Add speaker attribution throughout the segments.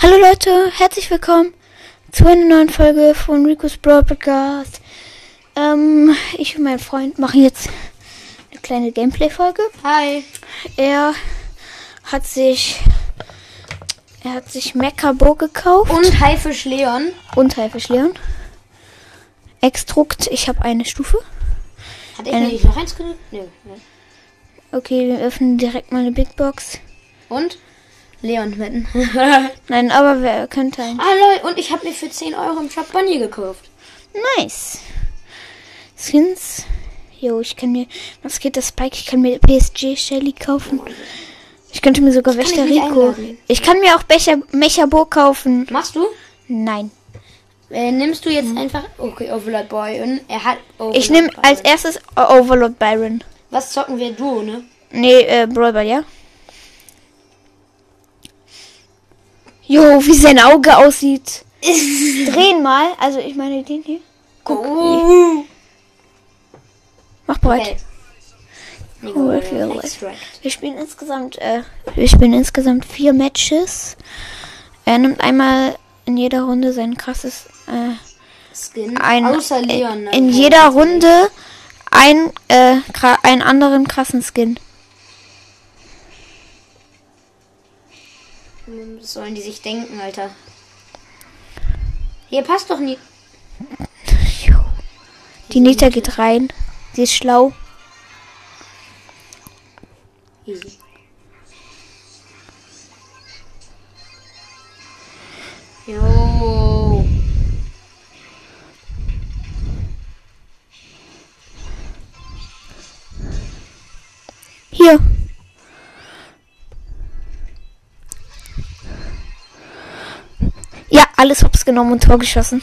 Speaker 1: Hallo Leute, herzlich willkommen zu einer neuen Folge von Rico's Broad Podcast. Ähm, ich und mein Freund machen jetzt eine kleine Gameplay-Folge.
Speaker 2: Hi.
Speaker 1: Er hat sich, er hat sich Mechabo gekauft
Speaker 2: Und Haifisch Leon.
Speaker 1: und Haifisch Leon. Extrukt, ich habe eine Stufe.
Speaker 2: Hat er nicht noch eins genug? Nö. ne. nö.
Speaker 1: Okay, wir öffnen direkt mal eine Big Box.
Speaker 2: Und? Leon mitten.
Speaker 1: Nein, aber wer könnte ein?
Speaker 2: ah, lol. Und ich habe mir für 10 Euro im Shop Bunny gekauft.
Speaker 1: Nice. Skins. Jo, ich kann mir. Was geht das Spike? Ich kann mir PSG Shelly kaufen. Ich könnte mir sogar
Speaker 2: ich
Speaker 1: Wächter
Speaker 2: mich
Speaker 1: Rico.
Speaker 2: einladen.
Speaker 1: Ich kann mir auch Becher Mechabo kaufen.
Speaker 2: Machst du?
Speaker 1: Nein.
Speaker 2: Äh, nimmst du jetzt einfach... Okay, Overlord Boy. Und er hat... Overlord
Speaker 1: Ich nehme
Speaker 2: Boy.
Speaker 1: als erstes äh, Overlord Byron.
Speaker 2: Was zocken wir? Duo, ne?
Speaker 1: Nee, äh, Brawl Ball, ja. Jo, wie sein Auge aussieht. Drehen mal. Also, ich meine den hier.
Speaker 2: Guck. Oh. Äh,
Speaker 1: Mach bereit.
Speaker 2: Okay. Mega
Speaker 1: Cool,
Speaker 2: cool.
Speaker 1: cool.
Speaker 2: Extract.
Speaker 1: Wir spielen insgesamt, äh, wir spielen insgesamt vier Matches. Er nimmt einmal in jeder Runde sein krasses, äh,
Speaker 2: Skin.
Speaker 1: ein, äh,
Speaker 2: Außer Leon. ne?
Speaker 1: in jeder Runde ein, äh, kra- einen anderen krassen Skin.
Speaker 2: Was sollen die sich denken, Alter? Hier passt doch nie...
Speaker 1: Die Nita geht rein. Sie ist schlau.
Speaker 2: Easy. Jo.
Speaker 1: Hier. Ja, alles hops genommen und Tor geschossen.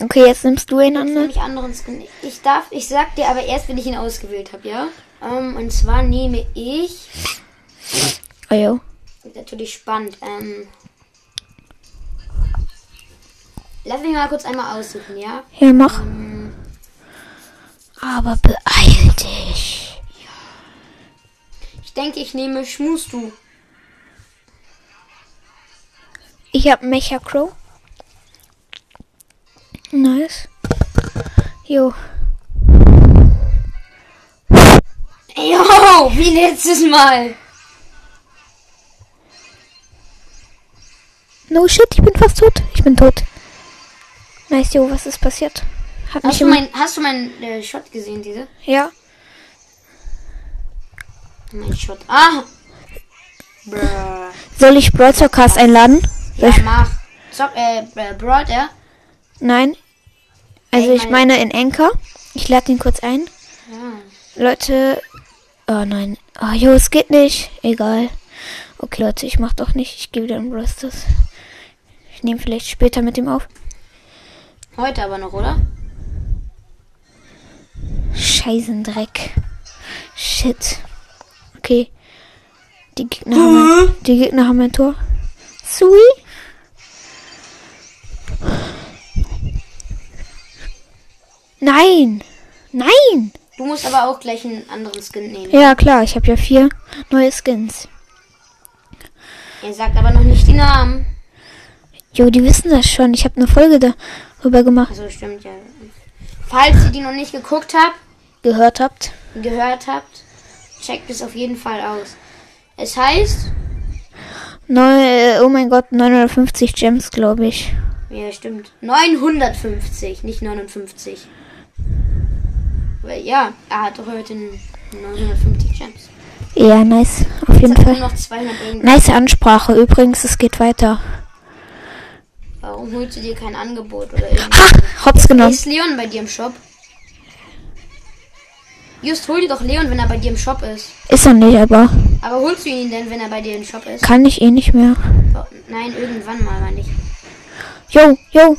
Speaker 1: Okay, jetzt nimmst du ihn an.
Speaker 2: Für
Speaker 1: Ne?
Speaker 2: mich anderen Skin. Ich darf, ich sag dir aber erst, wenn ich ihn ausgewählt habe, ja? Ähm, und zwar nehme ich.
Speaker 1: Oh, jo.
Speaker 2: Wird natürlich spannend. Ähm, lass mich mal kurz einmal aussuchen, ja?
Speaker 1: Hier, mach.
Speaker 2: Hm,
Speaker 1: Aber beeil dich.
Speaker 2: Ich denke, ich nehme Schmustu.
Speaker 1: Ich hab Mecha Crow. Nice. Jo.
Speaker 2: Jo, wie letztes Mal.
Speaker 1: No shit, ich bin fast tot. Ich bin tot. Nice, jo, was ist passiert? Hat mich
Speaker 2: Hast du
Speaker 1: jemand.
Speaker 2: meinen hast du mein, äh, Shot gesehen, diese?
Speaker 1: Ja.
Speaker 2: Mein Shot. Ah! Bruh.
Speaker 1: Soll ich Brawl Cast einladen? Soll
Speaker 2: Ja,
Speaker 1: ich...
Speaker 2: mach. Zock, äh, äh, Broad, ja?
Speaker 1: Nein. Also
Speaker 2: Ey,
Speaker 1: ich meine in Anchor. Ich lade ihn kurz ein. Hm.
Speaker 2: Ja.
Speaker 1: Leute. Oh nein. Oh jo, es geht nicht. Egal. Okay, Leute, ich mach doch nicht. Ich gehe wieder in Brustus. Ich nehme vielleicht später mit ihm auf.
Speaker 2: Heute aber noch, oder?
Speaker 1: Scheißen Dreck. Shit. Okay. Die Gegner haben ein, die Gegner haben ein Tor. Sui. Nein. Nein.
Speaker 2: Du musst aber auch gleich einen anderen Skin nehmen.
Speaker 1: Ja, klar, ich habe ja vier neue Skins.
Speaker 2: Er sagt aber noch nicht die Namen.
Speaker 1: Jo, die wissen das schon. Ich habe eine Folge darüber gemacht,
Speaker 2: Also stimmt ja. Falls ihr die noch nicht geguckt habt,
Speaker 1: gehört habt.
Speaker 2: gehört habt, checkt es auf jeden Fall aus. Es heißt,
Speaker 1: Neu, äh, oh mein Gott, 950 Gems, glaube ich.
Speaker 2: ja stimmt, 950, nicht 59. Weil ja, er hat doch heute einen 950 Gems.
Speaker 1: Ja, nice. Auf jeden
Speaker 2: Jetzt hat er nur
Speaker 1: Fall.
Speaker 2: noch 200 irgendwas.
Speaker 1: Nice Ansprache. Übrigens, es geht weiter.
Speaker 2: Warum holst du dir kein Angebot oder irgendwas?
Speaker 1: Ah, hops genommen.
Speaker 2: Ist Leon bei dir im Shop? Just, hol dir doch Leon, wenn er bei dir im Shop ist.
Speaker 1: Ist er nicht, aber
Speaker 2: Aber holst du ihn denn, wenn er bei dir im Shop ist?
Speaker 1: kann ich eh nicht mehr.
Speaker 2: Oh, Nein, irgendwann mal, meine ich.
Speaker 1: Jo, jo.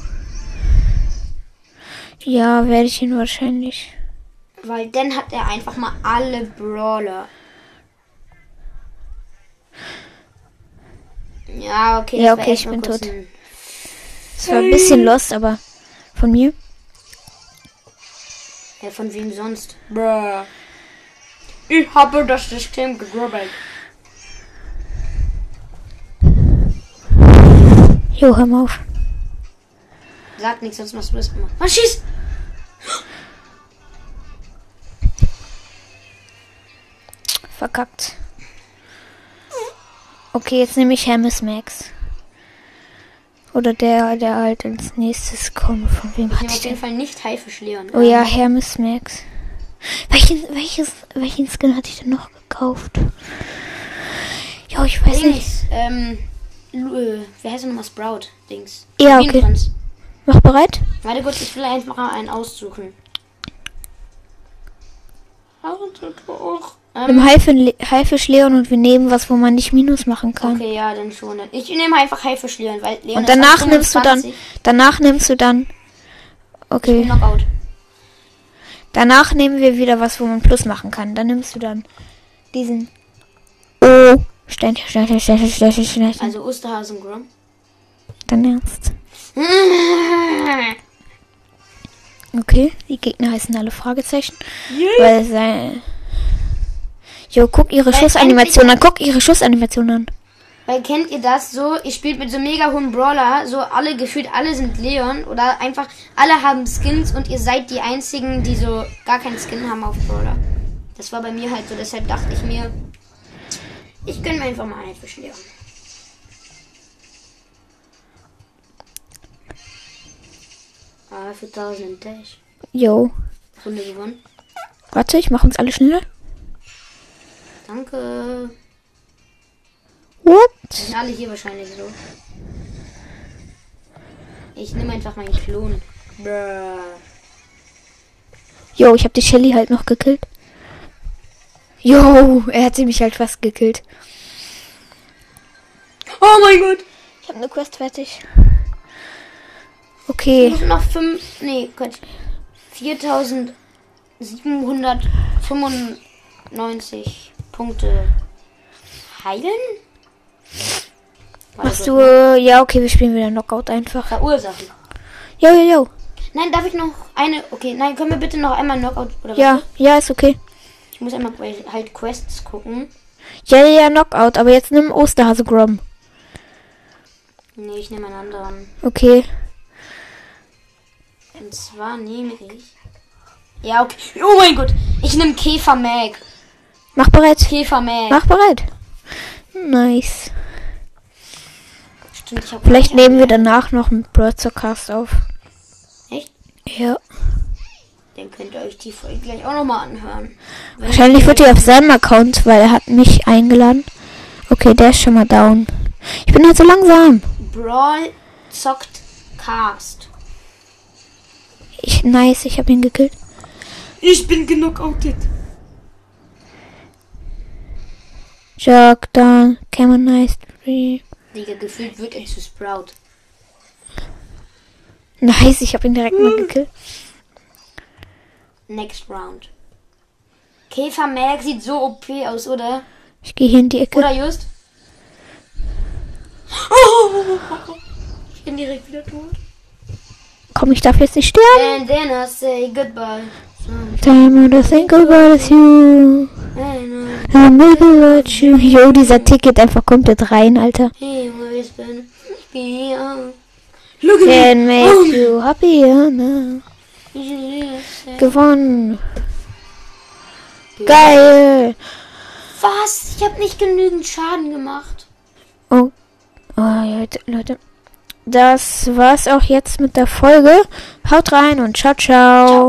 Speaker 1: Ja, werde ich ihn wahrscheinlich.
Speaker 2: Weil dann hat er einfach mal alle Brawler. Ja, okay.
Speaker 1: Ja,
Speaker 2: das war
Speaker 1: okay,
Speaker 2: erst
Speaker 1: ich
Speaker 2: mal
Speaker 1: bin
Speaker 2: kurz
Speaker 1: tot.
Speaker 2: ein-
Speaker 1: Es war ein bisschen lost, aber von mir.
Speaker 2: Ja, von wem sonst? Bruh. Ich habe das System gegrabbelt.
Speaker 1: Jo, hör mal auf.
Speaker 2: Sag nichts, sonst machst du das immer. Man schießt!
Speaker 1: Verkackt. Okay, jetzt nehme ich Hermes Max. Oder der, der halt als nächstes kommt. Von wem
Speaker 2: Ich
Speaker 1: hatte
Speaker 2: nehme
Speaker 1: ich
Speaker 2: auf jeden
Speaker 1: den?
Speaker 2: Fall nicht Haifisch Leon.
Speaker 1: Oh ja, Hermes Max. Welchen, welches, welchen Skin hatte ich denn noch gekauft? Ja, ich weiß nicht.
Speaker 2: Dings, ähm, Lu- äh, wie heißt er nochmal? Sprout, Dings.
Speaker 1: Ja, okay.
Speaker 2: Bienenprinz.
Speaker 1: Mach bereit?
Speaker 2: Warte kurz, ich will einfach mal einen aussuchen. Ähm,
Speaker 1: Im Haifin- Haifisch Leon und wir nehmen was, wo man nicht Minus machen kann.
Speaker 2: okay, ja, dann schon. Dann- Ich nehme einfach Haifisch Leon, weil Leon
Speaker 1: Und
Speaker 2: ist
Speaker 1: danach
Speaker 2: auf
Speaker 1: nimmst du dann.
Speaker 2: 25.
Speaker 1: Danach nimmst du dann. Okay.
Speaker 2: Knockout.
Speaker 1: Danach nehmen wir wieder was, wo man Plus machen kann. Dann nimmst du dann diesen. Oh. Sternchen, Sternchen, Sternchen, Sternchen, Sternchen.
Speaker 2: Also Osterhasen Grom.
Speaker 1: Dann ernst.
Speaker 2: ja,
Speaker 1: Okay. Die Gegner heißen alle Fragezeichen. Weil sein. Jo, guck ihre
Speaker 2: Weil
Speaker 1: Schussanimation an. Guck ihre Schussanimation an.
Speaker 2: Weil kennt ihr das so? Ihr spielt mit so mega hohen Brawler, so alle gefühlt alle sind Leon oder einfach alle haben Skins und ihr seid die einzigen, die so gar keinen Skin haben auf Brawler. Das war bei mir halt so, deshalb dachte ich mir, ich gönn mir einfach mal einen Fisch Leon. Ah, für 1000 Dash.
Speaker 1: Jo.
Speaker 2: Runde gewonnen.
Speaker 1: Warte, ich mach uns alle schneller.
Speaker 2: Danke.
Speaker 1: What?
Speaker 2: Sind alle hier wahrscheinlich so. Ich nehme einfach meinen Klon. Bruh.
Speaker 1: Jo, ich hab die Shelly halt noch gekillt. Jo, er hat sie mich halt fast gekillt.
Speaker 2: Oh mein Gott!
Speaker 1: Ich habe eine Quest fertig.
Speaker 2: Ich
Speaker 1: Okay.
Speaker 2: muss noch fünf. Nee, Gott. 4795 Punkte heilen? Also, Warte
Speaker 1: Machst
Speaker 2: kurz.
Speaker 1: du. Äh, ja, okay, wir spielen wieder Knockout einfach.
Speaker 2: Verursachen.
Speaker 1: Jo, jo, jo.
Speaker 2: Nein, darf ich noch eine. Okay, nein, können wir bitte noch einmal Knockout oder was?
Speaker 1: Ja, ja, ist okay.
Speaker 2: Ich muss einmal bei- halt Quests gucken.
Speaker 1: Ja, ja, ja, Knockout, aber jetzt nimm Osterhase Grom.
Speaker 2: Nee, ich nehme einen anderen.
Speaker 1: Okay.
Speaker 2: Und zwar nehme ich. Ja, okay. Oh mein Gott! Ich nehme Käfer Mag.
Speaker 1: Mach bereit.
Speaker 2: Käfer Mag.
Speaker 1: Mach bereit. Nice.
Speaker 2: Stimmt, ich hab
Speaker 1: Vielleicht nehmen wir danach noch einen Broadcast auf.
Speaker 2: Echt?
Speaker 1: Ja.
Speaker 2: Dann könnt ihr euch die Folge gleich auch nochmal anhören.
Speaker 1: Wahrscheinlich wird die auf seinem Account, weil er hat mich eingeladen. Okay, der ist schon mal down. Ich bin halt so langsam.
Speaker 2: Brawl zockt Cast.
Speaker 1: Ich, nice, ich habe ihn gekillt.
Speaker 2: Ich bin genockoutet.
Speaker 1: Jerk down, Cameron nice three.
Speaker 2: Digga, gefühlt wird er zu Sprout.
Speaker 1: Nice, ich habe ihn direkt mal gekillt.
Speaker 2: Next round. Käfer Mag sieht so OP aus, oder?
Speaker 1: Ich gehe hier in die Ecke.
Speaker 2: Oder just? Oh, ich bin direkt wieder tot.
Speaker 1: Komm, ich darf jetzt nicht sterben.
Speaker 2: And then I say goodbye. So.
Speaker 1: Time to think about you.
Speaker 2: And I-
Speaker 1: I think about you. Jo, dieser Ticket einfach komplett rein, Alter.
Speaker 2: he always been beyond. Look at
Speaker 1: Can make you happy, ja, ne?
Speaker 2: me.
Speaker 1: Gewonnen. Geil.
Speaker 2: Was? Ich habe nicht genügend Schaden gemacht.
Speaker 1: Oh. oh Leute, Leute. Das war's auch jetzt mit der Folge. Haut rein und ciao, ciao.